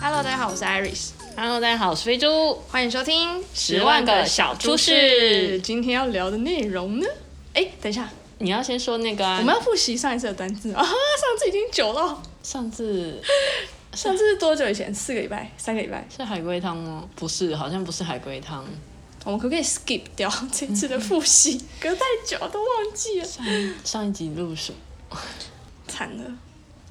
Hello，大家好，我是 Iris， Hello，大家好，我是飞猪。欢迎收听《 10万个小猪事今天要聊的内容呢？哎，等一下，你要先说那个、啊，我们要复习上一次的单字啊！上次已经久了，上次上次是多久以前？四个礼拜、三个礼拜？是海龟汤吗？不是，好像不是海龟汤。我们可不可以 skip 掉这次的复习？隔太久都忘记了，上一上一集录什么？惨了！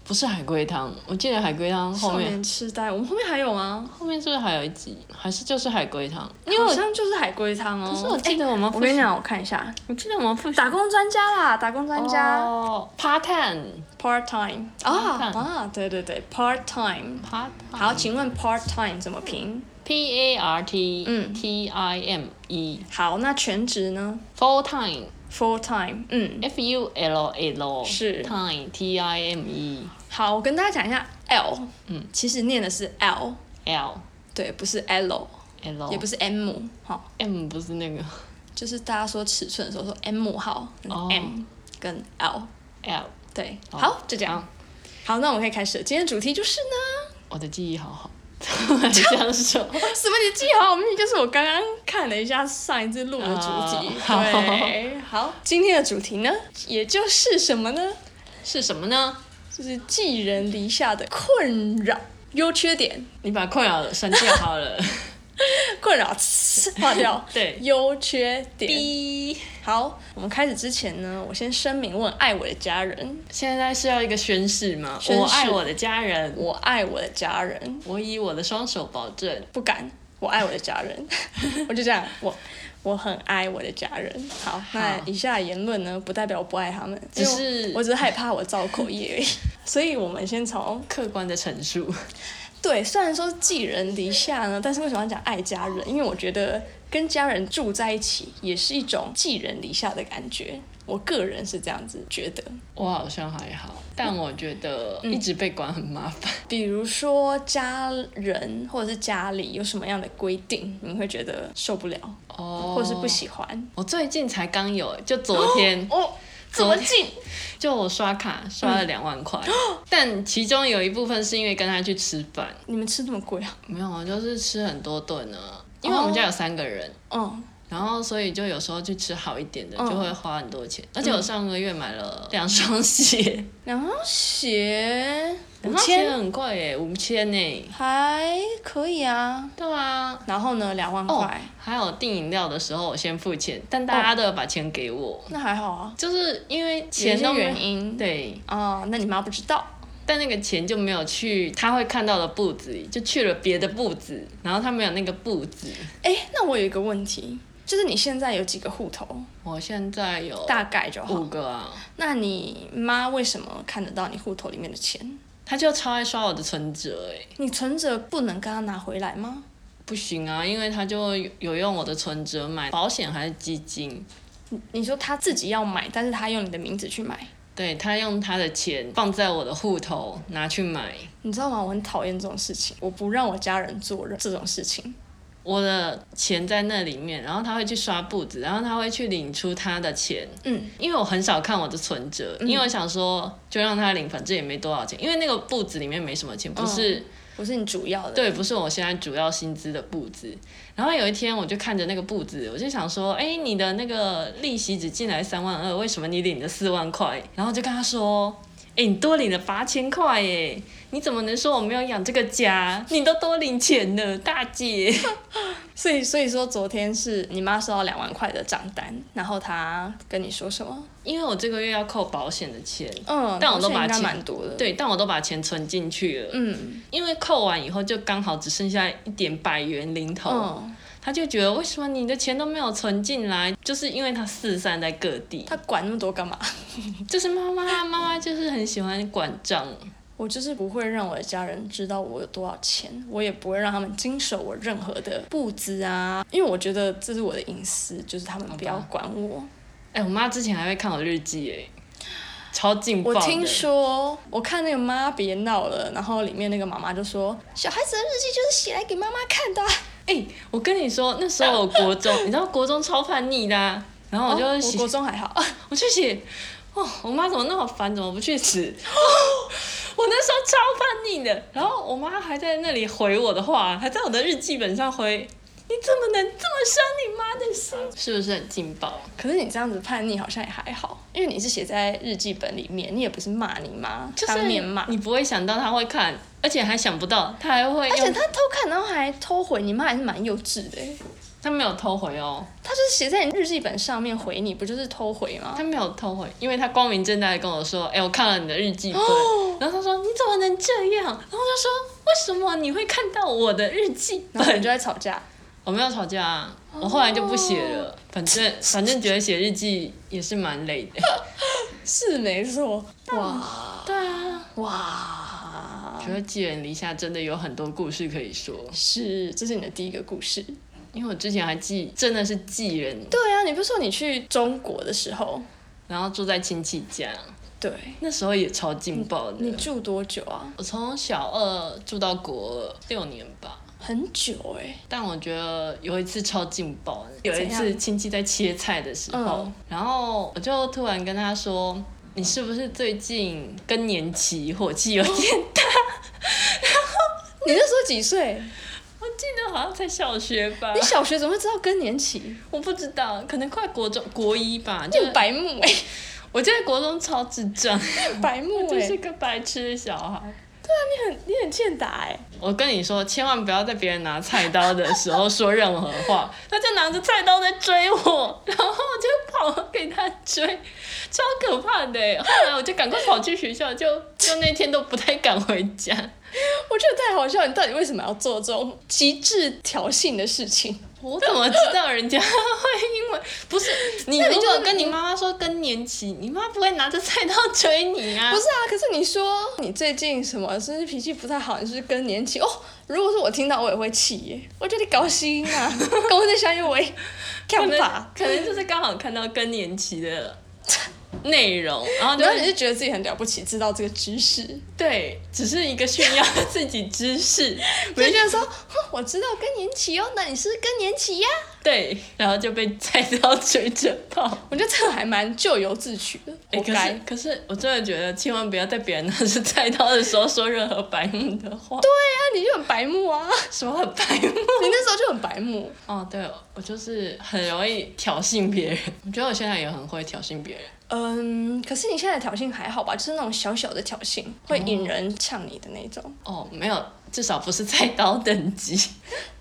不是海龟汤，我记得海龟汤后少面年痴呆，我们后面还有吗？后面是不是还有一集？还是就是海龟汤？因因为为好我像就是海龟汤哦。可是我记得我们我跟你讲，我看一下，我记得我们复习打工专家啦，打工专家、哦，part 哦 time part time 啊 Part time 啊，对对对，part time。 part 好，请问 part time 怎么拼？ P A R T 嗯 T I M E 好，那全职呢 full time ？full time，嗯， F U L L 是 time T I M E 好，我跟大家讲一下 L，嗯，其实念的是 L， L 对，不是 L， L 也不是 M，好， M 不是那个就是大家说尺寸的时候说 M 号嗯哦，M 跟 L， L 对，哦好，就这样。好，那我们可以开始了。今天的主题就是呢，我的记忆好好， 这样说。什么你记好，明明就是我刚刚看了一下上一次录的主题。哦好对，好，今天的主题呢，也就是什么呢？是什么呢？就是寄人篱下的困扰、优缺点、你把困扰删掉好了。，困扰嘶划掉 对优缺点。 B，好，我们开始之前呢，我先声明，我很爱我的家人， 现在是要一个宣誓吗？宣誓我爱我的家人，我爱我的家人，我以我的双手保证。不敢，我爱我的家人， 我就这样，我我很爱我的家人。好，那好以下言论呢，不代表我不爱他们，只因为是我只是害怕我造口业而已。所以我们先从客观的陈述，对，虽然说寄人篱下呢，但是为什么要讲爱家人？因为我觉得跟家人住在一起也是一种寄人篱下的感觉。我个人是这样子觉得。我好像还好， 嗯但我觉得一直被管很麻 烦。比如说家人或者是家里有什么样的规定，你会觉得受不了，哦，或是不。喜欢？我最近才刚有，就昨天， 哦，怎嗯么进？就我刷卡刷了两万 块，但其中有一部分是因为跟他去吃饭，你们吃这么贵啊？没有，就是吃很多顿啊，因为我们家有三个人，嗯，然后，所以就有时候去吃好一点的，嗯就会花很多钱。而且我上个月买了两双鞋，两双鞋 五两双鞋千很贵耶，五千呢。还可以啊。对啊，然后呢，两万块，哦，还有订饮料的时候我先付钱，但大家都有把钱给我，那还好啊。就是因为也钱是都没有原因。对，哦，那你妈不知道。但那个钱就没有去他会看到的步子里，就去了别的步子，然后他没有那个步子。哎，那我有一个问题，就是你现在有几个户头？我现在有大概就五好。个啊，那你妈为什么看得到你户头里面的钱？他就超爱刷我的存折哎。你存折不能跟她拿回来吗？不行啊，因为他就有用我的存折买保险还是基金，你说她自己要买，但是她用你的名字去买，对他用他的钱放在我的户头拿去买。你知道吗？我很讨厌这种事情，我不让我家人做这种事情。我的钱在那里面，然后他会去刷步子，然后他会去领出他的钱，嗯，因为我很少看我的存折，因为我想说就让他领，反正也没多少钱，因为那个步子里面没什么钱，不是、不是你主要的。对，不是我现在主要薪资的步子。然后有一天我就看着那个步子，我就想说，哎，你的那个利息只进来三万二，为什么你领了四万块？然后就跟他说，哎，你多领了八千块耶，你怎么能说我没有养这个家？你都多领钱了，大姐。所以所以说昨天是你妈收到两万块的账单，然后她跟你说什么？因为我这个月要扣保险的钱，嗯，但我都保险把应该钱蛮多的。，对，但我都把钱存进去了，嗯，因为扣完以后就刚好只剩下一点百元零头。嗯，他就觉得为什么你的钱都没有存进来，就是因为他四散在各地。她管那么多干嘛？就是妈妈，妈妈就是很喜欢管账。我就是不会让我的家人知道我有多少钱，我也不会让他们经手我任何的布置啊，因为我觉得这是我的隐私，就是他们不要管我。哎、我妈之前还会看我日记，哎，超劲爆我的。听说，我看那个妈别闹了，然后里面那个妈妈就说，小孩子的日记就是写来给妈妈看 的啊、哎、我跟你说，那时候我国中，你知道国中超叛逆的啊、然后我哦就我写、国中还好， 我就写，哦，我妈怎么那么烦，怎么不去死？ 我那时候超叛逆的，然后我妈还在那里回我的话，还在我的日记本上回。你怎么能这么伤你妈的心？是不是很劲爆？可是你这样子叛逆好像也还好，因为你是写在日记本里面，你也不是骂你妈，就是当面骂。你不会想到他会看，而且还想不到他还会而且用，他偷看，然后还偷回，你妈还是蛮幼稚的欸。他没有偷回哦，他就是写在你日记本上面回你，不就是偷回吗他？没有偷回，因为他光明正大的跟我说，哎、我看了你的日记本，然后他说你怎么能这样？然后我就说为什么你会看到我的日记然后你本？们就在吵架。我没有吵架、啊，我后来就不写了，反正反正觉得写日记也是蛮累的。是没错。哇对啊，哇，觉得寄人篱下真的有很多故事可以说，是，这是你的第一个故事。因为我之前还寄真的是寄人，对啊，你不是说你去中国的时候，然后住在亲戚家，对，那时候也超劲爆的你。住多久啊？我从小二住到国二六年吧，很久哎、但我觉得有一次超劲爆的，有一怎次样亲戚在切菜的时候，嗯然后我就突然跟他说：“你是不是最近更年期火 气有点你那时候几岁？我记得好像在小学吧你，小学怎么会知道更年期？我不知道，可能快国中国一吧，你就很白目哎、我觉得国中超智障， 白目就哎、是个白痴的小孩。你很你很欠打哎、我跟你说，千万不要在别人拿菜刀的时候说任何话，他就拿着菜刀在追我，然后我就跑给他追，超可怕 的欸。后来我就赶快跑去学校，就就那天都不太敢回家。我觉得太好笑，你到底为什么要做这种极致挑衅的事情？我怎么知道人家会因为不是你？那你如就果跟你妈妈说更年期，你妈不会拿着菜刀追你啊？不是啊，可是你说你最近什么，是不是脾气不太好？你是不是更年期哦？如果是我听到，我也会气耶。我觉得你搞心 啊，跟我在相约为可看能法。可能就是刚好看到更年期的内容，然后就然后你是就觉得自己很了不起，知道这个知识，对，只是一个炫耀自己知 识，所以就说，哼，我知道更年期哦，那你是不是更年期呀、对，然后就被菜刀追着 跑。我觉得这个还蛮咎由自取的，哎活可该。是可是我真的觉得，千万不要在别人拿着菜刀的时候说任何白目的话，对，哎那你就很白目啊，什 么很白目。你那时候就很白目。哦，对，我就是很容易挑衅别人。 我觉得我现在也很会挑衅别人。嗯，可是你现在的挑衅还好吧？就是那种小小的挑衅，会引人呛你的那种。哦，没有，至少不是菜刀等级。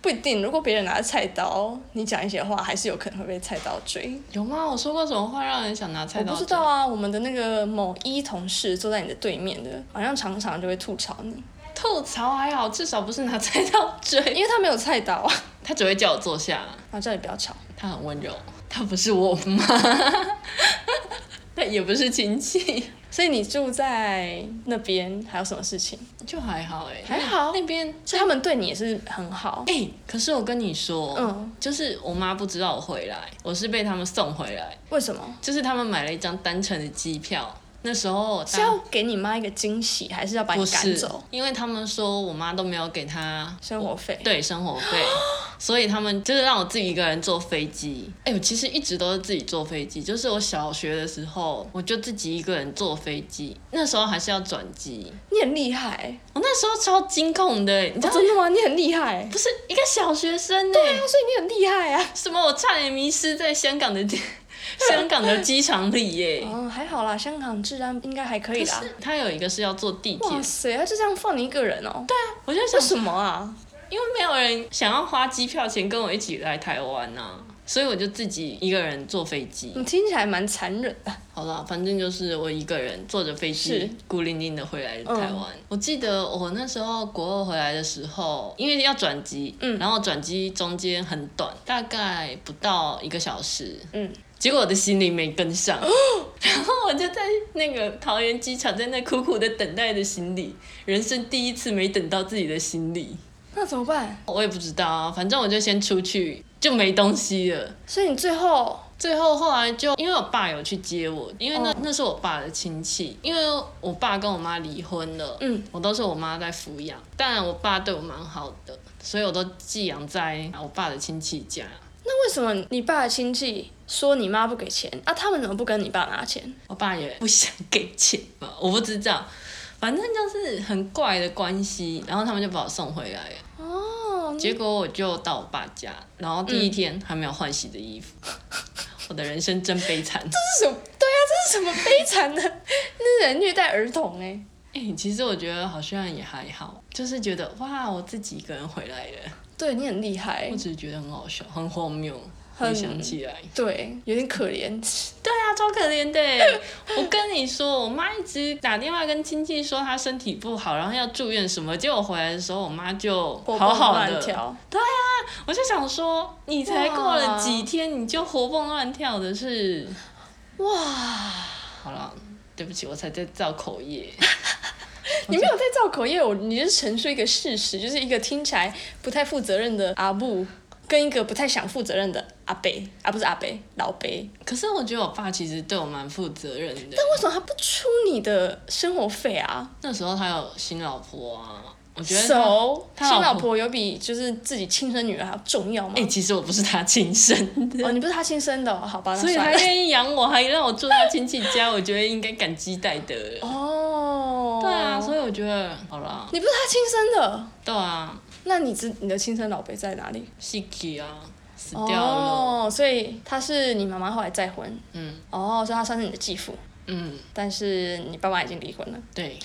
不一定，如果别人拿着菜刀，你讲一些话，还是有可能会被菜刀追。 有吗？我说过什么话让人想拿菜我刀？不知道。啊，我们的那个某一同事坐在你的对面的，好像常常就会吐槽你，吐槽还好，至少不是拿菜刀追。因为他没有菜刀啊， 他只会叫我坐下，然后叫你不要吵。他很温柔。他不是我妈， 但也不是亲戚，所以你住在那边还有什么事情？就还好哎、还好那边所以他们对你也是很好哎、可是我跟你说，嗯就是我妈不知道我回来，我是被他们送回来。为什么？就是他们买了一张单程的机票，那时候是要给你妈一个惊喜，还是要把嗯不你赶是走？，因为他们说我妈都没有给他生活费？对生活 费，所以他们就是让我自己一个人坐飞机。哎、我其实一直都是自己坐飞机，就是我小学的时候我就自己一个人坐飞机，那时候还是要转机，你很厉害，我那时候超惊恐的、欸你知哦道。真的吗？你很厉害。不是一个小学生呢、对啊，所以你很厉害啊。什么我差点迷失在香港的香港的机场里耶、嗯，还好啦，香港治安应该还可以可啦。是他有一个是要坐地铁啊哇，塞，他就这样放你一个人哦？对啊，我就想为什么啊？因为没有人想要花机票钱跟我一起来台湾呐、所以我就自己一个人坐飞机。你听起来蛮残忍的。好啦，反正就是我一个人坐着飞是嗯机孤零零的回来台湾。我记得我那时候国二回来的时候，因为要转机，嗯然后转机中间很短，大概不到一个小时，嗯，结果我的行李没跟 上，然后我就在那个桃园机场在那苦苦的等待的行李，人生第一次没等到自己的行李。那怎么办？我也不知道啊，反正我就先出去，就没东西了。所以你最后最后后来就因为我爸有去接我，因为那、哦那是我爸的亲戚，因为我爸跟我妈离婚了，嗯，我都是我妈在抚养，但我爸对我蛮好的，所以我都寄养在我爸的亲戚家。那为什么你爸的亲戚说你妈不给钱啊？他们怎么不跟你爸拿钱？我爸也不想给钱吧，我不知道。反正就是很怪的关系，然后他们就把我送回来了。哦，结果我就到我爸家，然后第一天还没有换洗的衣服， 我的人生真悲惨。这是什么？对啊，这是什么悲惨的？ 那人虐待儿童哎、哎、其实我觉得好像也还好，就是觉得哇，我自己一个人回来了，对你很厉害我，只是觉得很好笑，很荒谬。哎很回想起来，对，有点可怜。对啊，超可怜的。我跟你说，我妈一直打电话跟亲戚说她身体不好，然后要住院什么。结果我回来的时候，我妈就活好蹦好乱的，跳，我就想说，你才过哇了几天，你就活蹦乱跳的是，哇，好了，对不起，我才在造口业。你没有在造口业，我哦你就是陈述一个事实，就是一个听起来不太负责任的阿布，跟一个不太想负责任的阿北，啊不是阿北，老北。可是我觉得我爸其实对我蛮负责任的。但为什么他不出你的生活费啊？那时候他有新老婆啊，我觉得他手，他新老老婆有比就是自己亲生女儿还要重要吗？哎、其实我不是他亲生的，哦，你不是他亲生的哦、好吧，那 所以算他了。愿意养我，还让我住他亲戚家，我觉得应该感激戴德。哦， 对啊，所以我觉得好啦，你不是他亲生的，对啊，那你知你的亲生老辈在哪里？ s i k 啊，死掉了，哦，所以他是你妈妈后来再婚，嗯哦，所以他算是你的继父，嗯，但是你爸爸已经离婚了，对，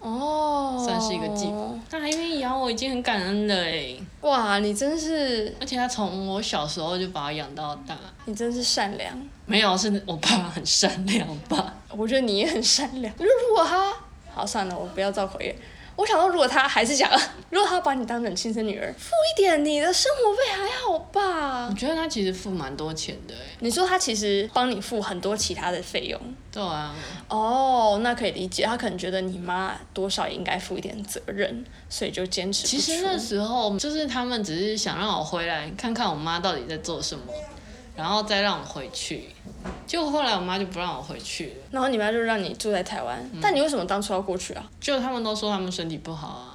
哦，算是一个继父。他还愿意养我，已经很感恩了哎。哇，你真是而且他从我小时候就把我养到大，你真是善良，没有，是我爸很善良吧？我觉得你也很善良。如如果他，好算了，我不要造口业。我想到，如果他还是想， 如果他把你当成亲生女儿，付一点你的生活费还好吧我？觉得他其实付蛮多钱的哎。你说他其实帮你付很多其他的费用，对啊，哦，那可以理解，他可能觉得你妈多少也应该负一点责任，所以就坚持不其实出那时候就是他们只是想让我回来看看我妈到底在做什么，然后再让我回去。结果后来我妈就不让我回去了，然后你妈就让你住在台湾，但你为什么当初要过去啊？就他们都说他们身体不好啊，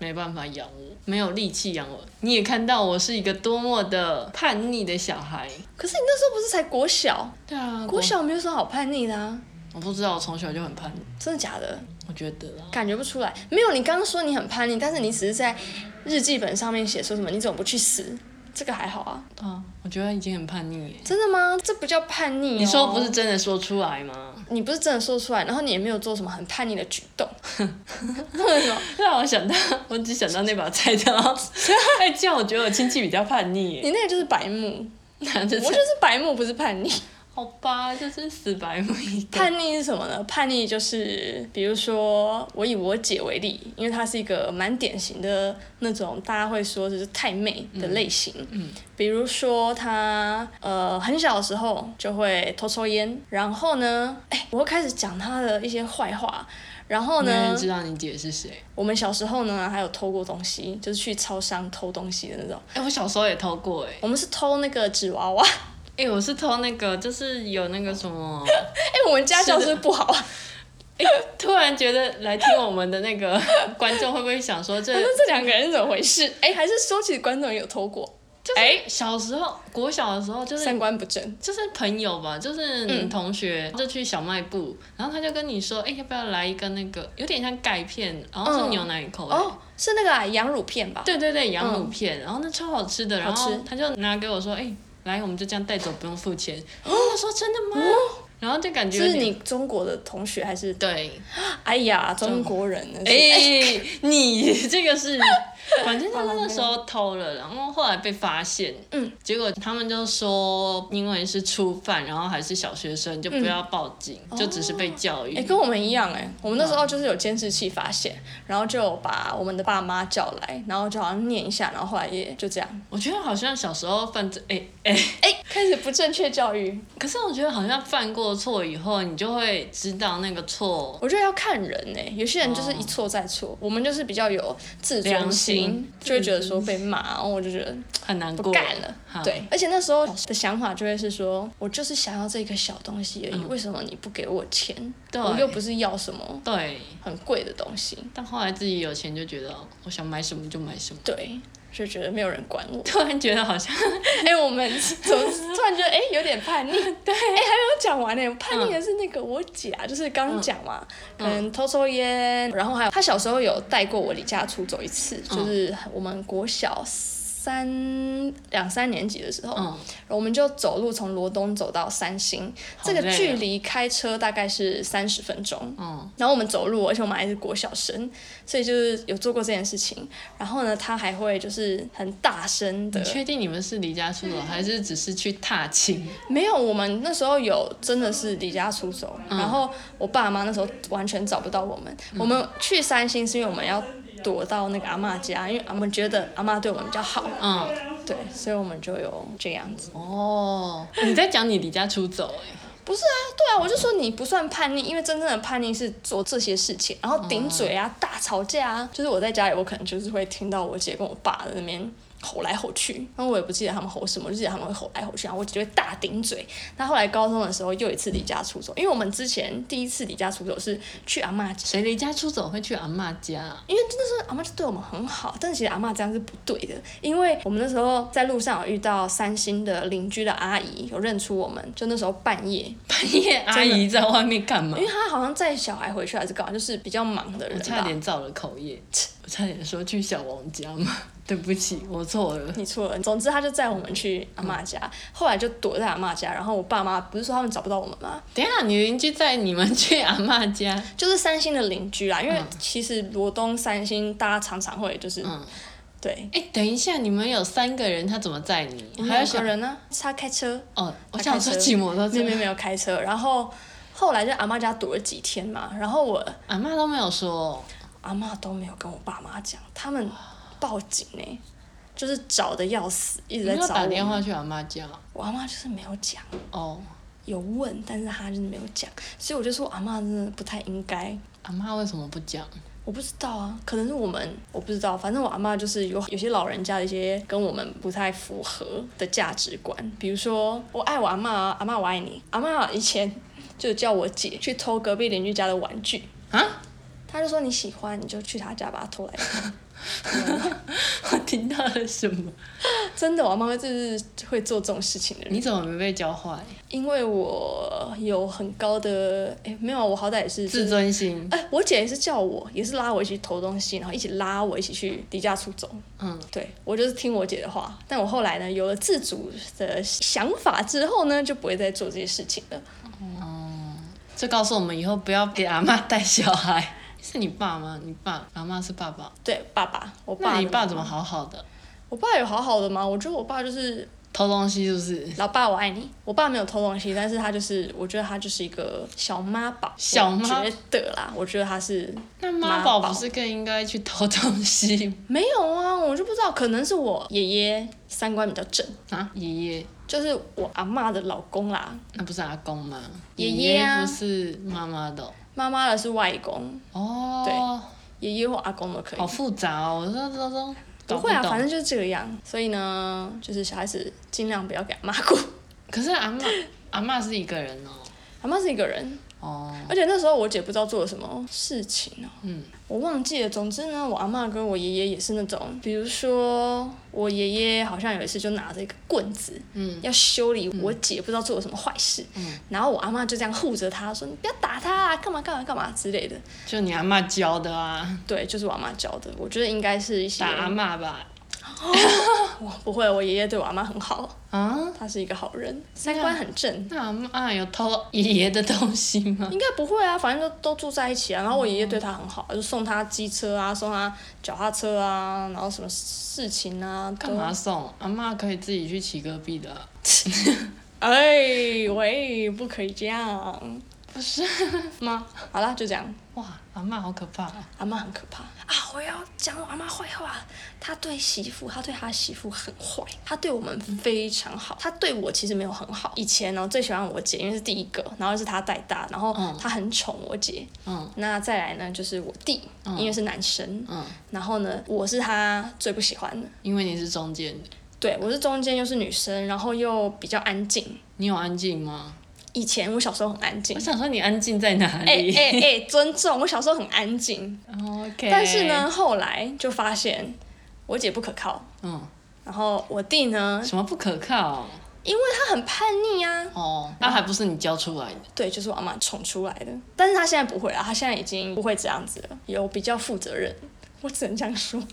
没办法养我，没有力气养我。你也看到我是一个多么的叛逆的小孩。可是你那时候不是才国小，对啊，国小没有什么好叛逆的啊，我不知道，我从小就很叛逆，真的假的？我觉得啦。感觉不出来。没有，你刚刚说你很叛逆，但是你只是在日记本上面写说什么你怎么不去死，这个还好啊。对啊，我觉得已经很叛逆耶。真的吗？这不叫叛逆、哦你说不是？真的说出来吗？ 你不是真的说出来，然后你也没有做什么很叛逆的举动。 让我想到，我只想到那把菜刀。 哎，这样我觉得我亲戚比较叛逆耶。你那个就是白目，那 就我就是是白目，不是叛逆。好吧，就是死白目一 点。叛逆是什么呢？叛逆就是，比如说，我以我姐为例，因为她是一个蛮典型的那种大家会说就是太妹的类型。嗯比如说她呃很小的时候就会偷抽烟，然后呢，哎，我会开始讲她的一些坏话。然后没人呢，知道你姐是谁。我们小时候呢还有偷过东西，就是去超商偷东西的那种。哎、我小时候也偷过哎、我们是偷那个纸娃娃， 哎、我是偷那个，就是有那个什 么，哎，我们家教是不是不好 啊？哎、突然觉得来听我们的那个 观众会不会想说这，那这两个人是怎么回事？哎，还是说起观众也有偷过， 就是哎、小时候国小的时候就是嗯三观不正。就是朋友吧，就是你同学、就去小卖部，然后他就跟你说，哎、要不要来一个那个有点像钙片，然后是嗯牛奶口味。哦，是那个啊羊乳片吧？对对对，羊乳片，然后那超好吃的，然嗯好后吃他就拿给我说，哎、来，我们就这样带走，不用付钱。 然后我说真的吗？然后就感觉有哦是点你中国的同学还是？对，哎呀，中国人呢？哎、你这 个是，反正就是那时候偷了，然后后来被发现，嗯，结果他们就说因为是初犯，然后还是小学生，就不要报警，嗯就只是被教育。哎、跟我们一样哎、我们那时候就是有监视器发现，然后就把我们的爸妈叫来，然后就好像念一下，然后后来也就这样。我觉得好像小时候犯罪，哎、哎、哎、开始不正确教育，可是我觉得好像犯过错以后，你就会知道那个错我觉得要看人哎、有些人就是一错再错，我们就是比较有自尊良心嗯心，就会觉得说被骂，然后我就觉得很难不过。干了。好对，而且那时候的想法就会是说，我就是想要这个小东西而已，为什么你不给我钱？对我又不是要什么对，很贵的东西。哦但后来自己有钱就觉得，我想买什么就买什么。 对，就觉得没有人管我。突然觉得好像哎、我们怎么突然觉得哎、有点叛逆？对，哎、还没有讲完呢、叛逆的是那个我姐啊，就是刚讲嘛，嗯可能偷抽烟，然后还有她小时候有带过我离家出走一次，嗯就是我们国小三两三年级的时候，嗯然后我们就走路从罗东走到三星，好这累个距哦离开车大概是三十分钟。嗯然后我们走路，而且我们还是国小生，所以就是有做过这件事情。然后呢，她还会就是很大声的你，确定你们是离家出走，还是只是去踏青？没有，我们那时候有真的是离家出走，嗯然后我爸妈那时候完全找不到我们。我们去三星是因为我们要躲到那个阿嬷家，因为我们觉得阿嬷对我们比较好，嗯，对，所以我们就有这样子。哦，你在讲你离家出走、欸，不是啊，对啊，我就说你不算叛逆，因为真正的叛逆是做这些事情，然后顶嘴啊、大吵架啊。就是我在家里，我可能就是会听到我姐跟我爸在那边吼来吼去，然后我也不记得他们吼什么，就记得他们会吼来吼去，然后我只会大顶嘴。那后来高中的时候又一次离家出走，因为我们之前第一次离家出走是去阿嬷家。谁离家出走会去阿嬷家？ 因为真的是阿妈就对我们很好，但其实阿妈这样是不对的，因为我们那时候在路上有遇到三星的邻居的阿姨，有认出我们，就那时候半夜，半夜阿姨在外面干嘛因？为他好像载小孩回去还是干嘛，就是比较忙的人我吧。哦差点造了口业，我 差点说去小王家嘛，对不起，我错了。你错了，总之他就载我们去阿嬷嗯家，后来就躲在阿嬷家，然后我爸妈不是说他们找不到我们吗？等一下，你邻居载你们去阿嬷家，就是三星的邻居啊啦，因为其实罗东三星大家常常会就是、嗯，对，哎、等一下，你们有三个人，他怎么载我你？们还有有小个人呢、他开车，哦，我他想开说车骑摩托没车有，没有没有开车，然后后来在阿嬷家躲了几天嘛，然后我阿嬷都没有说，阿嬷都没有跟我爸妈讲，他们报警呢、就是找的要死，一你直在没有找打我电们，话去阿嬷家我阿妈就是没有讲。哦。有问，但是他就是没有讲，所以我就说我阿嬷真的不太应该，阿嬷为什么不讲？我不知道啊，可能是我们我不知道，反正我阿嬷就是有有些老人家的一些跟我们不太符合的价值观，比如说我爱我阿嬷啊，阿嬷我爱你，阿嬷以前就叫我姐去偷隔壁邻居家的玩具，啊？她就说你喜欢你就去她家把它偷来，我听到了什么？ 真的我阿嬷就是会做这种事情的人，你怎么没被教坏？因为我有很高的哎没有，我好歹也是自尊心。哎、我姐也是叫我，也是拉我一起偷东西，然后一起拉我一起去离家出走。嗯，对我就是听我姐的话，但我后来呢有了自主的想法之后呢，就不会再做这些事情了。这告诉我们以后不要给阿嬷带小 孩。是你爸吗？你爸，阿嬷是爸爸。对，爸爸，我爸，那你爸怎么？好好的？我爸有好好的吗？我觉得我爸就是偷东西是不是？老爸，我爱你。我爸没有偷东西，但是他就是，我觉得他就是一个小妈宝，小妈我觉得啦，我觉得他是那妈宝不是更应该去偷东西没有啊，我就不知道，可能是我爷爷三观比较正，啊？爷爷，就是我阿嬷的老公啦，那不是阿公吗？爷爷啊不是妈妈的哦妈妈的是外公，哦。爷爷或阿公都可以好。复杂哦，我说这都搞不会啊，懂反正就是这个样。所以呢，就是小孩子尽量不要给阿妈顾。 可是阿妈，阿妈是一个人哦。阿妈是一个人，哦，而且那时候我姐不知道做了什么事情哦、嗯，我忘记了。总之呢，我阿妈跟我爷爷也是那种，比如说我爷爷好像有一次就拿着一个棍子，嗯，要修理我姐，不知道做了什么坏事，嗯，然后我阿妈就这样护着他说：“你不要打他啊，干嘛干嘛干嘛之类的。就你阿妈教的啊，”对，就是我阿妈教的。我觉得应该是一些打阿妈吧。不会，我爷爷对我阿妈很好，啊，他是一啊个好人，三观很正。那阿妈有偷爷爷的东西 吗？应该不会啊，反正都都住在一起啊。然后我爷爷对他很好，就送他机车啊，送他脚踏车啊，然后什么事情啊，都干嘛？送？阿妈可以自己去骑隔壁的啊、哎喂，不可以这样不是吗？好啦，就这样。哇，阿妈好可怕、啊！阿妈很可怕啊！我要讲我阿妈坏话。她对媳妇，她对她媳妇很坏，她对我们非常好。她对我其实没有很好。以前哦呢，最喜欢我姐，因为是第一个，然后是她带大，然后嗯她很宠我姐。嗯那再来呢，就是我弟，嗯因为是男生，嗯，然后呢，我是他最不喜欢的。因为你是中间的，对我是中间又是女生，然后又比较安静。你有安静吗？以前我小时候很安静我，想说你安静在哪哎里、哎 哦哎，尊重，我小时候很安静。 o k 但是呢，，后来就发现我姐不可靠，嗯，然后我弟呢，什么不可靠因为他很叛逆啊，哦？那还不是你教出来的？对，就是我阿妈宠出来的。但是他现在不会了，他现在已经不会这样子了，有比较负责任，我只能这样说。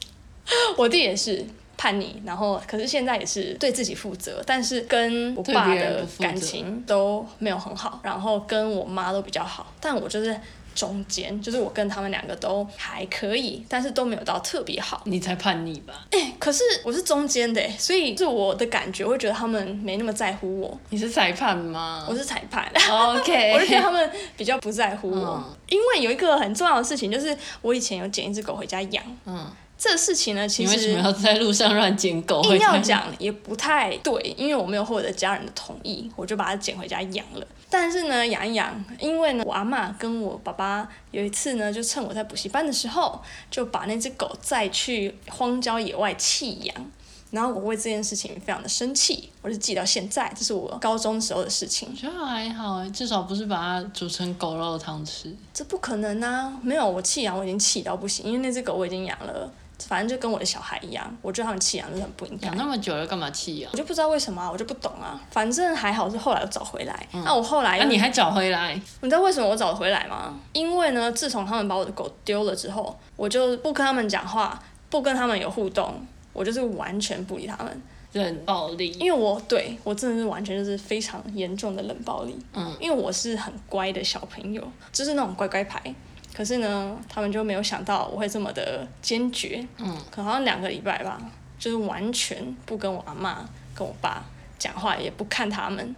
我弟也是叛逆，然后可是现在也是对自己负责，但是跟我爸对别人的不负责感情都没有很好，然后跟我妈都比较好，但我就是。中间就是我跟他们两个都还可以，但是都没有到特别好。你才叛逆吧？可是我是中间的欸，所以是我的感觉，我会觉得他们没那么在乎我，你是裁判吗哦我是裁判。 我就觉得？OK，他们比较不在乎我，嗯因为有一个很重要的事情，就是我以前有捡一只狗回家养，嗯，这事情呢，其你为什实么要在路上乱捡狗？硬要讲也不太对，因为我没有获得家人的同意，我就把它捡回家养了。但是呢，养一养，因为呢，我阿妈跟我爸爸有一次呢，就趁我在补习班的时候，就把那只狗再去荒郊野外弃养。然后我为这件事情非常的生气，我就记到现在，这是我高中时候的事情我。觉得还好欸，至少不是把它煮成狗肉汤吃。这不可能啊！没有，我弃养我已经气到不行，因为那只狗我已经养了，反正就跟我的小孩一样，我觉得他们弃养就是很不应该养。那么久了，干嘛弃养？我就不知道为什么、啊，我就不懂啊。反正还好是后来我找回来。那、我后来嗯那、啊你还找回来？你知道为什么我找回来吗？因为呢，自从他们把我的狗丢了之后，我就不跟他们讲话，不跟他们有互动，我就是完全不理他们。冷暴力，因为我对我真的是完全就是非常严重的冷暴力。嗯，因为我是很乖的小朋友，就是那种乖乖牌。可是呢，他们就没有想到我会这么的坚决。嗯，可好像两个礼拜吧，就是完全不跟我阿妈、跟我爸讲话，也不看他们，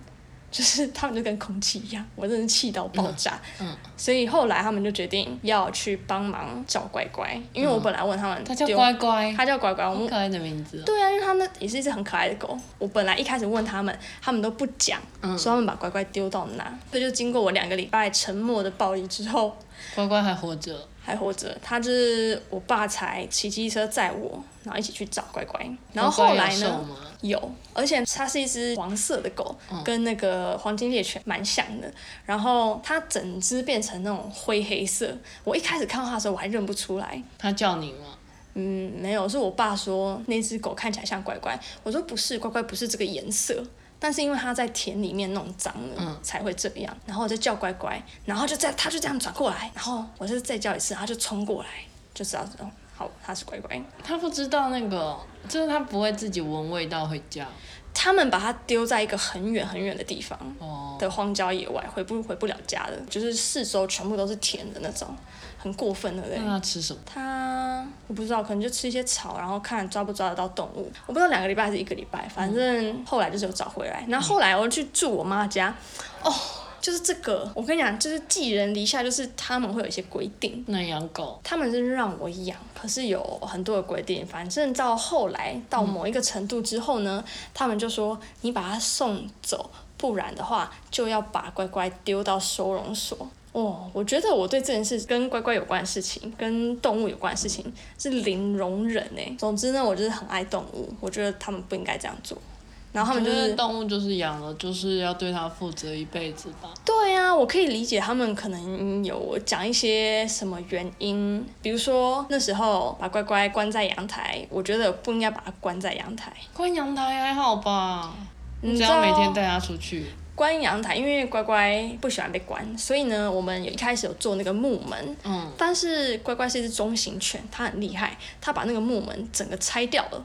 就是他们就跟空气一样，我真的是气到爆炸。嗯嗯所以后来他们就决定要去帮忙找乖乖，因为我本来问他们嗯它叫丢，乖乖，他叫乖乖，我好们可爱的名字、哦。对啊，因为他们也是一只很可爱的狗。我本来一开始问他们，他们都不讲，嗯说他们把乖乖丢到哪。这、就经过我两个礼拜沉默的暴力之后，乖乖还活着，还活着。他就是我爸才骑机车载我，然后一起去找乖乖。然后乖后乖有来瘦呢？吗？有，而且它是一只黄色的狗，嗯跟那个黄金猎犬蛮像的。然后它整只变成那种灰黑色，我一开始看到它的时候我还认不出来，他叫你吗？嗯，没有，是我爸说那只狗看起来像乖乖，我说不是，乖乖不是这个颜色，但是因为它在田里面弄脏了，才会这样。然后我就叫乖乖，然后就在它就这样转过来，然后我就再叫一次，它就冲过来，就知道哦，好，它是乖乖。他不知道那个，就是他不会自己闻味道会叫。他们把它丢在一个很远很远的地方哦，的荒郊野外，回不回不了家的，就是四周全部都是田的那种，很过分，对不对？那他吃什么？它我不知道，可能就吃一些草，然后看抓不抓得到动物。我不知道两个礼拜还是一个礼拜，反正后来就是有找回来。然后后来我去住我妈家，哦，就是这个，我跟你讲，就是寄人篱下，就是他们会有一些规定。不能养狗。他们是让我养，可是有很多的规定。反正到后来到某一个程度之后呢，他们就说你把它送走，不然的话就要把乖乖丢到收容所。哦，我觉得我对这件事跟乖乖有关的事情，跟动物有关的事情是零容忍诶、欸总之呢，我就是很爱动物，我觉得他们不应该这样做。然后他们就我觉是得动物就是养了，就是要对它负责一辈子吧。对呀、我可以理解他们可能有讲一些什么原因，比如说那时候把乖乖关在阳台，我觉得不应该把它关在阳台。关阳台还好吧？你你只知要道每天带它出去，关阳台，因为乖乖不喜欢被关，所以呢，我们有一开始有做那个木门，嗯，但是乖乖是一只中型犬，它很厉害，它把那个木门整个拆掉了。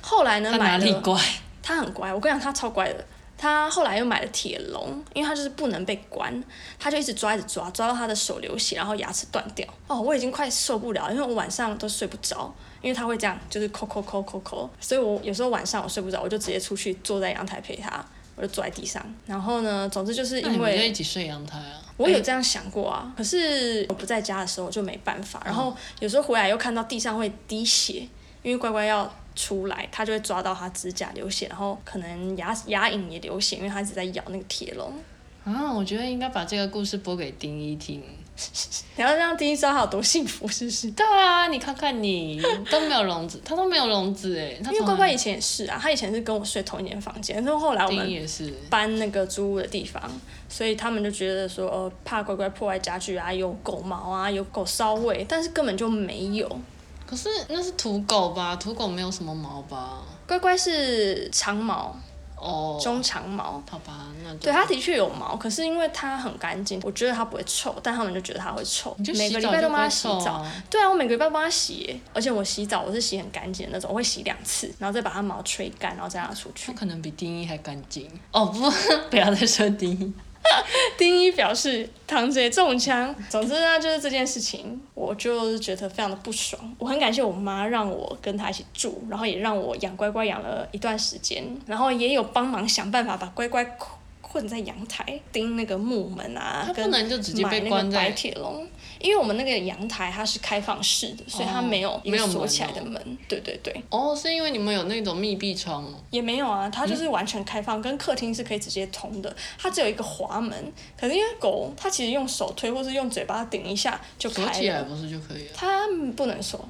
后来呢，它买哪里了乖？他很乖，我跟你讲，他超乖的。他后来又买了铁笼，因为他就是不能被关，他就一直抓，一直抓，抓到他的手流血，然后牙齿断掉。哦，我已经快受不了，因为我晚上都睡不着，因为他会这样，就是抠抠抠抠抠，所以我有时候晚上我睡不着，我就直接出去坐在阳台陪他，我就坐在地上。然后呢，总之就是那你因们为就一起睡阳台啊？我有这样想过啊，可是我不在家的时候就没办法。然后有时候回来又看到地上会滴血，因为乖乖要出来，它就会抓到它指甲流血，然后可能牙牙龈也流血，因为它一直在咬那个铁笼。啊，我觉得应该把这个故事播给丁一听。你要让第一知道它有多幸福，是不是？对啊，你看看你都没有笼子，它都没有笼子哎，它因为从乖来乖以前也是啊，它以前是跟我睡同一间房间，然后后来我丁们也是，搬那个租屋的地方，所以他们就觉得说，呃，怕乖乖破坏家具啊，有狗毛啊，有狗骚味，但是根本就没有。可是那是土狗吧？土狗没有什么毛吧？乖乖是长毛，哦，中长毛。好吧，那就对，它的确有毛，可是因为它很干净，我觉得它不会臭，但他们就觉得它会臭你就。每个礼洗澡拜就都不帮它会洗臭澡，啊对啊，我每个礼拜帮它洗耶，而且我洗澡我是洗很干净的那种，我会洗两次，然后再把它毛吹干，然后再让它出去 它。可能比丁一还干净哦！不， 不要再说丁一。丁一表示堂姐中枪。总之呢，就是这件事情，我就是觉得非常的不爽。我很感谢我妈让我跟她一起住，然后也让我养乖乖养了一段时间，然后也有帮忙想办法把乖乖捆困在阳台，钉那个木门啊它，不跟能就直接买被那关个白在，铁笼，因为我们那个阳台它是开放式的，所以它哦没有一没个有锁门起来哦的门。对对对，哦，是因为你们有那种密闭窗哦。也没有啊，它就是完全开放，跟客厅是可以直接通的。它只有一个滑门，可是因为狗它其实用手推或是用嘴巴顶一下就锁开起来了，不是就可以了？它不能锁。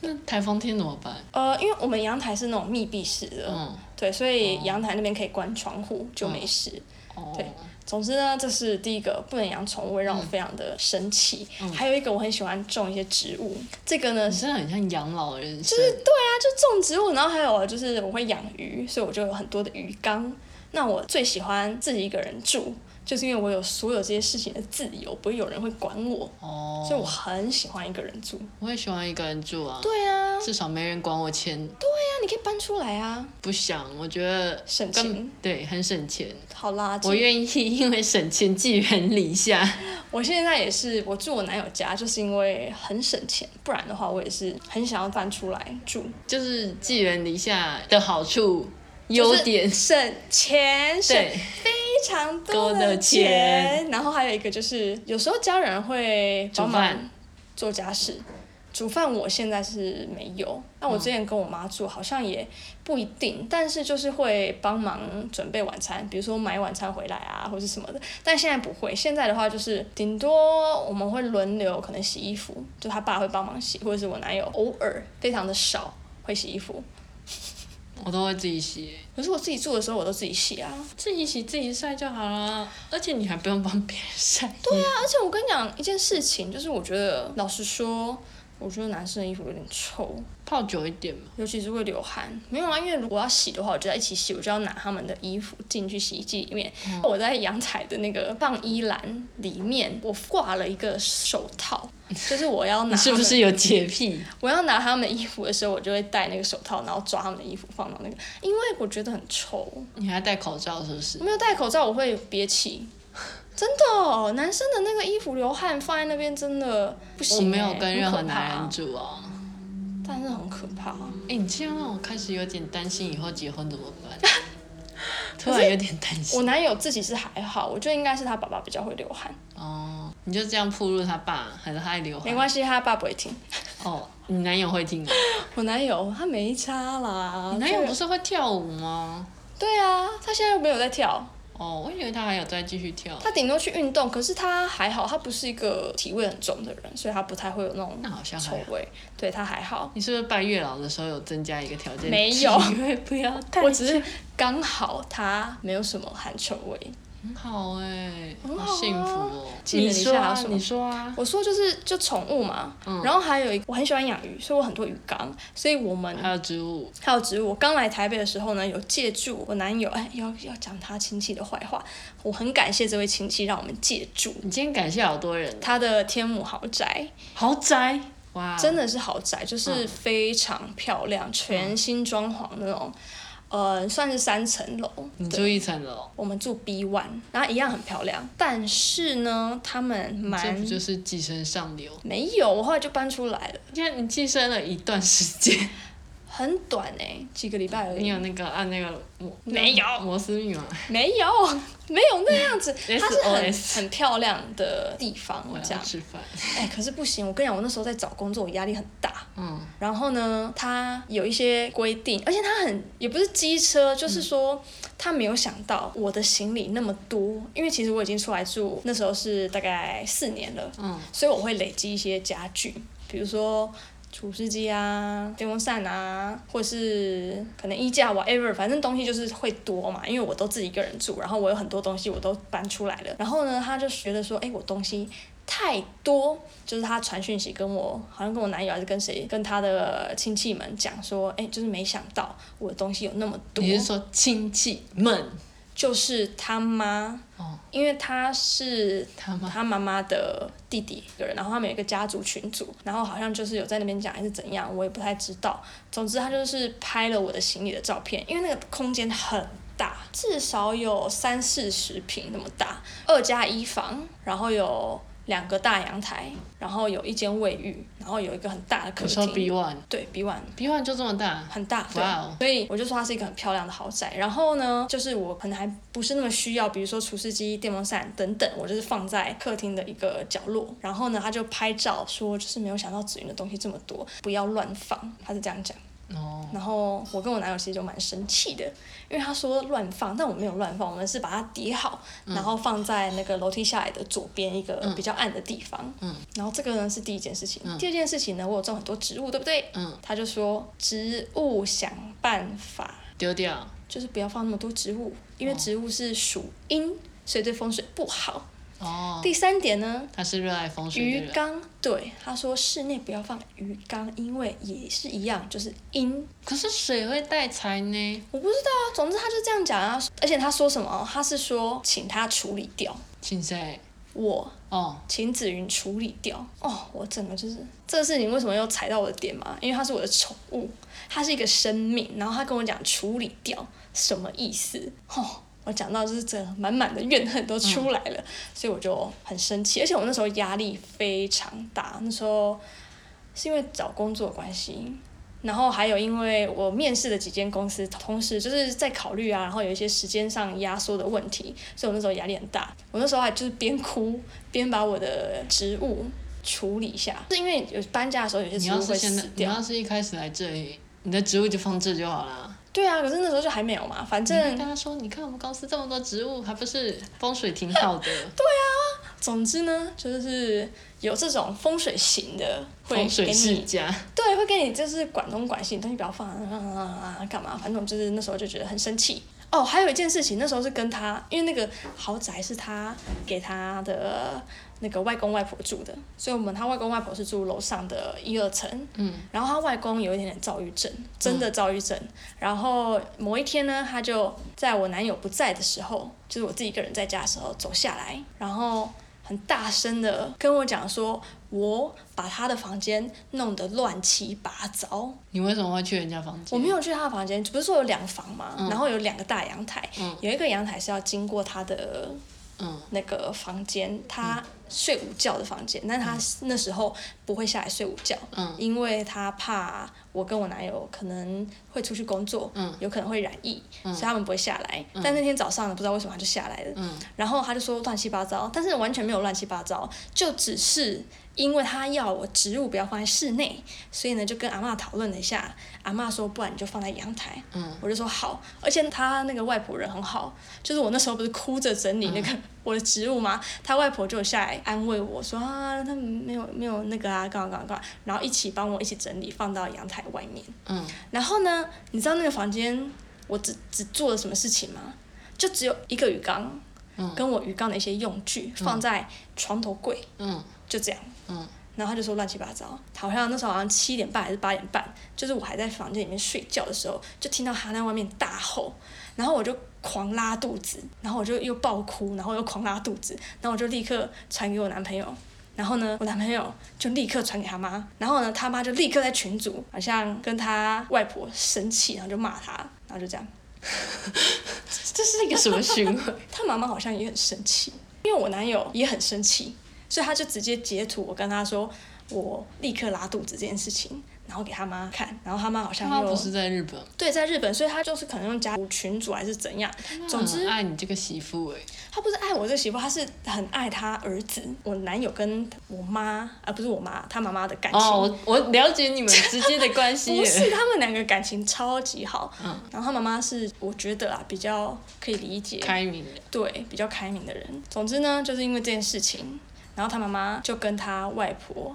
那台风天怎么办？呃，因为我们阳台是那种密闭式的，嗯，对，所以阳台那边可以关窗户，就没事。对哦，总之呢，这是第一个不能养宠物，会让我嗯非常的生气。还有一个我很喜欢种一些植物，这个呢你真的很像养老人生。就种植物，然后还有就是我会养鱼，所以我就有很多的鱼缸。那我最喜欢自己一个人住，就是因为我有所有这些事情的自由，不会有人会管我，哦，所以我很喜欢一个人住。我也喜欢一个人住啊，对啊，至少没人管我钱。那你可以搬出来啊，不想，我觉得省根钱。对很省钱。好啦，我这愿意因为省钱寄人篱下。 我现在也是，我住我男友家，就是因为很省钱，不然的话我也是很想要搬出来住。就是寄人篱下的好处、优 点，就是省钱，省对，非常多多的的钱钱。然后还有一个就是，有时候家人会帮煮忙饭做家事。煮饭我现在是没有，那我之前跟我妈住好像也不一定，但是就是会帮忙准备晚餐，比如说买晚餐回来啊，或是什么的。但现在不会，现在的话就是顶多我们会轮流可能洗衣服，就他爸会帮忙洗，或者是我男友偶尔非常的少会洗衣服。我都会自己洗，可是我自己住的时候我都自己洗啊，自己洗自己晒就好了，而且你还不用帮别人晒。对啊，而且我跟你讲一件事情，就是我觉得，老实说，我觉得男生的衣服有点臭，泡久一点嘛，尤其是会流汗。没有啊，因为如果要洗的话，我就在一起洗，我就要拿他们的衣服进去洗衣机里面。嗯我在阳台的那个放衣篮里面，我挂了一个手套，就是我要拿 你是不他们是有洁癖？我要拿他们衣服的时候，我就会戴那个手套，然后抓他们的衣服放到那个，因为我觉得很臭。你还戴口罩是不是我？没有戴口罩，我会憋气。 真的，哦男生的那个衣服流汗放在那边真的不行、我欸。没有跟任何很可怕男人住啊。但是很可怕。啊哎、你这样让我开始有点担心，以后结婚怎么 办？突然有点担我心男友自己是还好，我觉得应该是他爸爸比较会流汗，哦，你就这样铺路他爸，还是他还流没汗？关系，他爸不会听。哦，你男友会听吗？我男友他没差啦，你男友哦这不个是会跳舞吗？对啊，他现在又没有在跳，哦，我以为他还有再继续跳。他顶多去运动，可是他还好，他不是一个体味很重的人，所以他不太会有那种那好像还臭好。味，对他还好。你是不是拜月老的时候有增加一个条件？没有因为不要带。我只是刚好他没有什么汗臭味，很好哎、很好啊好幸福哦。寄人篱下还有什么你说啊，我说就是就宠物嘛，嗯然后还有一我很喜欢养鱼，所以我很多鱼缸，所以我们还有植物，还有植物。我刚来台北的时候呢，有借住我男友，哎，要要讲他亲戚的坏话，我很感谢这位亲戚让我们借住你今天感谢好多人，他的天母豪宅，豪宅哇，真的是豪宅，就是非常漂亮，全新装潢那嗯种，呃，算是三层楼，你对住一层楼，我们住 B one，然后一样很漂亮，但是呢，他们这不蛮就是寄生上流？没有，我后来就搬出来了，你看你寄生了一段时间，很短哎、几个礼拜而已你。有那个按那个摩没有摩斯密码，没有，没有 那样子，嗯它是很 SOS 很漂亮的地方我，这要样。吃饭。哎，可是不行，我跟你讲，我那时候在找工作，我压力很大。嗯，然后呢，它有一些规定，而且它很也不是机车，就是说他没有想到我的行李那么多，因为其实我已经出来住，那时候是大概四年了，嗯，所以我会累积一些家具，比如说。除湿机啊，电风扇啊，或是可能衣架 whatever，反正东西就是会多嘛，因为我都自己一个人住，然后我有很多东西我都搬出来了。然后呢，他就觉得说，哎、我东西太多，就是他传讯息跟我，好像跟我男友还是跟谁，跟他的亲戚们讲说，哎、就是没想到我的东西有那么多。你是说亲戚们？就是他妈，哦因为他是他妈他妈妈的弟弟一个人，然后他们有一个家族群组，然后好像就是有在那边讲还是怎样，我也不太知道。总之他就是拍了我的行李的照片，因为那个空间很。大至少有三四十平那么大，二加一房，然后有两个大阳台，然后有一间卫浴，然后有一个很大的客你说厅， B one 对比碗 B one 就这么大？很大，对。哇哦！所以我就说它是一个很漂亮的豪宅。然后呢，就是我可能还不是那么需要，比如说除湿机、电风扇等等，我就是放在客厅的一个角落。然后呢，他就拍照说，就是没有想到紫云的东西这么多，不要乱放，他是这样讲。哦，然后我跟我男友其实就蛮生气的，因为他说乱放，但我没有乱放，我们是把它叠好，然后放在那个楼梯下来的左边一个比较暗的地方。嗯，然后这个呢是第一件事情，嗯第二件事情呢，我有种很多植物，对不对？嗯，他就说植物想办法，丢掉。就是不要放那么多植物，因为植物是属阴，所以对风水不好。哦，第三点呢，他是热爱风水的鱼人。缸，对他说室内不要放鱼缸，因为也是一样，就是阴。可是水会带财呢，我不知道啊，总之他就这样讲啊，而且他说什么？他是说请他处理掉，请谁？我哦，请紫云处理掉。哦，我整个就是这个事情为什么又踩到我的点嘛？因为它是我的宠物，它是一个生命，然后他跟我讲处理掉什么意思？哦，我讲到就是这满满的怨恨都出来了，所以我就很生气，而且我那时候压力非常大，那时候是因为找工作的关系。然后还有，因为我面试的几间公司，同时就是在考虑啊，然后有一些时间上压缩的问题，所以我那时候压力很大。我那时候还就是边哭边把我的植物处理一下，是因为有搬家的时候有些你植物要是会现在死，你掉。要是一开始来这里，你的植物就放这就好啦。对啊，可是那时候就还没有嘛，反你跟正大家说，你看我们公司这么多植物，还不是风水挺好的，总之呢，就是有这种风水型的会风给水世你家。对，会给你就是管东管西，你东西不要放啊啊啊啊啊，干嘛？反正我就是那时候就觉得很生气。哦，还有一件事情，那时候是跟他，因为那个豪宅是他给他的那个外公外婆住的，所以我们他外公外婆是住楼上的一二层，嗯，然后他外公有一点点躁郁症，真的躁郁症。然后某一天呢，他就在我男友不在的时候，就是我自己一个人在家的时候走下来，然后很大声的跟我讲说，我把他的房间弄得乱七八糟。你为什么会去人家房间？我没有去他的房间，不是说有两房嘛，嗯然后有两个大阳台，嗯有一个阳台是要经过他的嗯，那个房间，他睡午觉的房间，但他那时候不会下来睡午觉，嗯因为他怕我跟我男友可能会出去工作，嗯有可能会染疫，嗯所以他们不会下来。但那天早上呢，不知道为什么他就下来了，嗯然后他就说乱七八糟，但是完全没有乱七八糟，就只是因为他要我植物不要放在室内，所以呢就跟阿嬷讨论了一下，阿嬷说不然你就放在阳台，嗯，我就说好，而且他那个外婆人很好，就是我那时候不是哭着整理那个 我的植物吗？他外婆就有下来安慰我说啊，他们没有没有那个啊，干嘛干嘛干嘛，然后一起帮我一起整理放到阳台外面。嗯，然后呢，你知道那个房间我只只做了什么事情吗？就只有一个鱼缸，嗯跟我鱼缸的一些用具放在床头柜，嗯就这样。嗯然后他就说乱七八糟，好像那时候好像七点半还是八点半，就是我还在房间里面睡觉的时候，就听到他在外面大吼，然后我就狂拉肚子，然后我就又爆哭，然后又狂拉肚子，然后我就立刻传给我男朋友，然后呢，我男朋友就立刻传给他妈，然后呢，他妈就立刻在群组好像跟他外婆生气，然后就骂他，然后就这样，这是一个什么循环？他妈妈好像也很生气，因为我男友也很生气，所以他就直接截图我跟他说我立刻拉肚子这件事情，然后给他妈看，然后他妈好 他像妈又不是在日 本，对在日本，所以他就是可能用家族群主还是怎样，总他很之嗯爱你这个媳妇哎，他不是爱我这媳妇，他是很爱他儿子，我男友跟我妈啊不是我妈，他妈妈的感情。哦，我我了解你们之间的关系 不了，是，他们两个感情超级好。嗯然后他妈妈是我觉得啊比较可以理解，开明的，对，比较开明的人。总之呢，就是因为这件事情，然后他妈妈就跟他外婆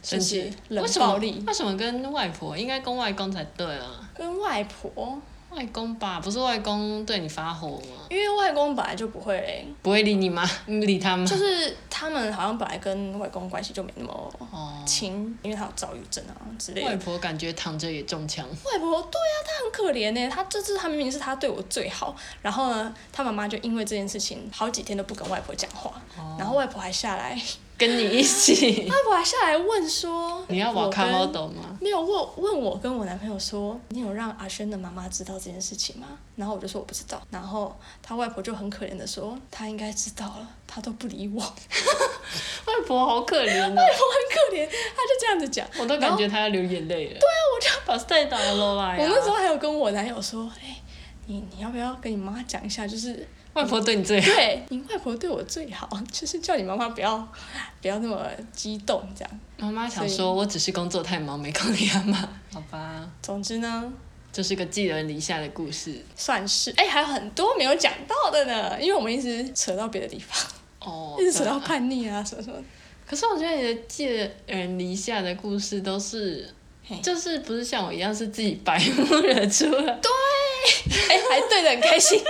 就生是气，冷为什么暴力，为什么跟外婆应该跟外公才对啊？跟外婆外公吧，不是外公对你发火吗？因为外公本来就不会，不会理你吗？你理他吗？就是他们好像本来跟外公关系就没那么哦，亲，因为他有躁郁症啊之类的外。婆感觉躺着也中枪，外婆，对啊，她很可怜呢。她这次她明明是她对我最好，然后呢，她妈妈就因为这件事情，好几天都不跟外婆讲话。然后外婆还下来，跟哦你一起。外婆还下来问说：“ 你要我瓦卡跟猫斗吗？没有问问我跟我男朋友说，你有让阿轩的妈妈知道这件事情吗？然后我就说我不知道，然后他外婆就很可怜的说，他应该知道了，他都不理我， 我很外婆好可怜哦，可怜，他就这样子讲。 我都感觉她要流眼泪了。对啊，我就把赛打落来。我那时候还有跟我男友说，哎、你你要不要跟你妈讲一下，就是外婆对你最好，对你外婆对我最好，就是叫你妈妈不要不要那么激动这样。妈妈想说我只是工作太忙没空理阿妈。好吧，总之呢，这是个寄人篱下的故事。算是哎、还有很多没有讲到的呢，因为我们一直扯到别的地方，哦一直扯到叛逆啊什么什么的。可是我觉得你的寄人篱下的故事都是嘿，就是不是像我一样是自己白目惹出来。哎、还对的很开心。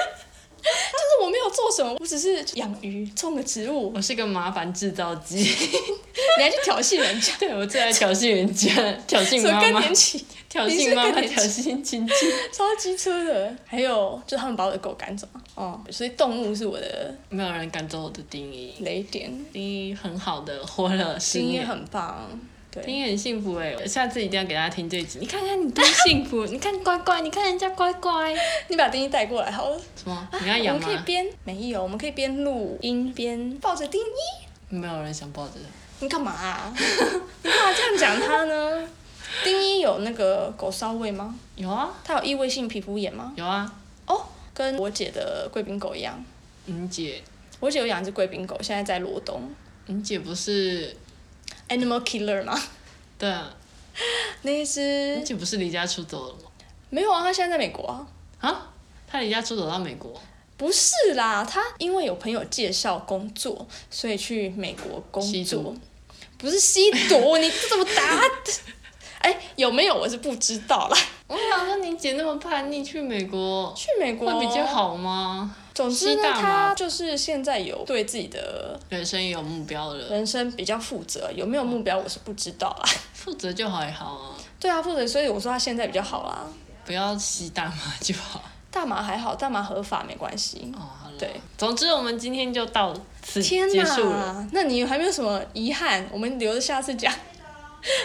就是我没有做什么，我只是养鱼、种个植物，我是个麻烦制造机，，你还去挑衅人家 对我最爱挑衅人 家，挑衅什么妈更妈，年期，挑你衅是妈更妈，年挑衅亲戚。超机车的。还有就是他们把我的狗赶走嘛，哦，所以动物是我的没有人赶走我的丁一，雷点，丁一很好的活了十经验年。很棒，丁对，一很幸福哎、下次一定要给大家听这一集。你看看你多幸 福，你看乖乖，你看人家乖乖。啊你把丁一带过来好了。什么？你要我养们可以吗？边没有，我们可以边录音边抱着丁一。没有人想抱着。你干嘛 啊、你干嘛这样讲他呢？丁一有那个狗骚味吗？有啊，他有异位性皮肤炎吗？有啊，哦，跟我姐的贵宾狗一样，你姐，我姐有养一只贵宾狗，现在在罗东你姐不是，Animal Killer 嘛，对啊， 那一只你姐不是离家出走了吗？没有啊，它现在在美国啊。啊，她离家出走到美国，不是啦，它因为有朋友介绍工作，所以去美国工吸作毒。不是吸毒，你这怎么答？哎，有没有我是不知道啦。我想说你姐那么叛逆，去美国去美国会比较。好吗？总之呢吸，大麻他就是现在有对自己的人生也有目标了，人生比较负责，有没有目标我是不知道啦。 负责就好也好啊，对啊，负责，所以我说他现在比较好啊啦。不要吸大麻就好。大麻还好，大麻合法没关系。哦，好了对，总之我们今天就到此天结束了。呐，那你还没有什么遗憾？我们留着下次 讲。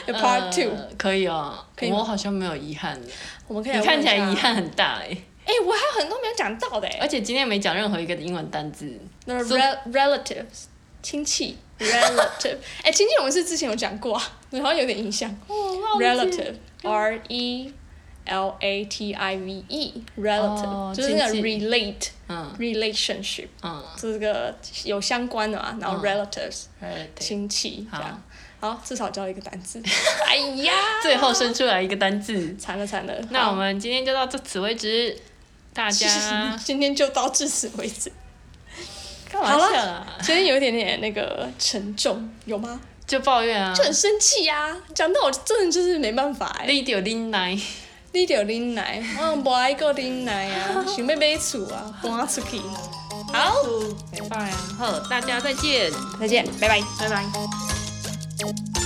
有 Part 呃 Two，、可以啊，可以吗我好像没有遗憾了。我们可以你看起来问一遗下。憾呃很大哎、哎、我还有很多没有讲到的哎、而且今天没讲任何一个英文单字。那所 rel relatives 亲 戚 relative，哎、亲戚我们是之前有讲过啊，你好像有点印象。哦 relative R E L A T I V E relative、哦就是那个亲戚 relate 嗯 relationship，嗯这个有相关的啊嘛，然后嗯 relatives、 ，relative。亲戚这好样。好，至少教一个单 词。哎呀，最后生出来一个单字。惨了惨了。那好我们今天就到这此为止，大 家今天就到至此为止。干好嘛了笑啊？今天有一点点那个沉重，有吗？就抱怨啊就很生气呀、啊，讲到我真的就是没办法哎、欸。你就忍耐，你就拎奶，我无爱个拎奶啊，想要买厝啊，搬出去。好，拜拜啊！好，大家再见，再见，拜拜。拜拜。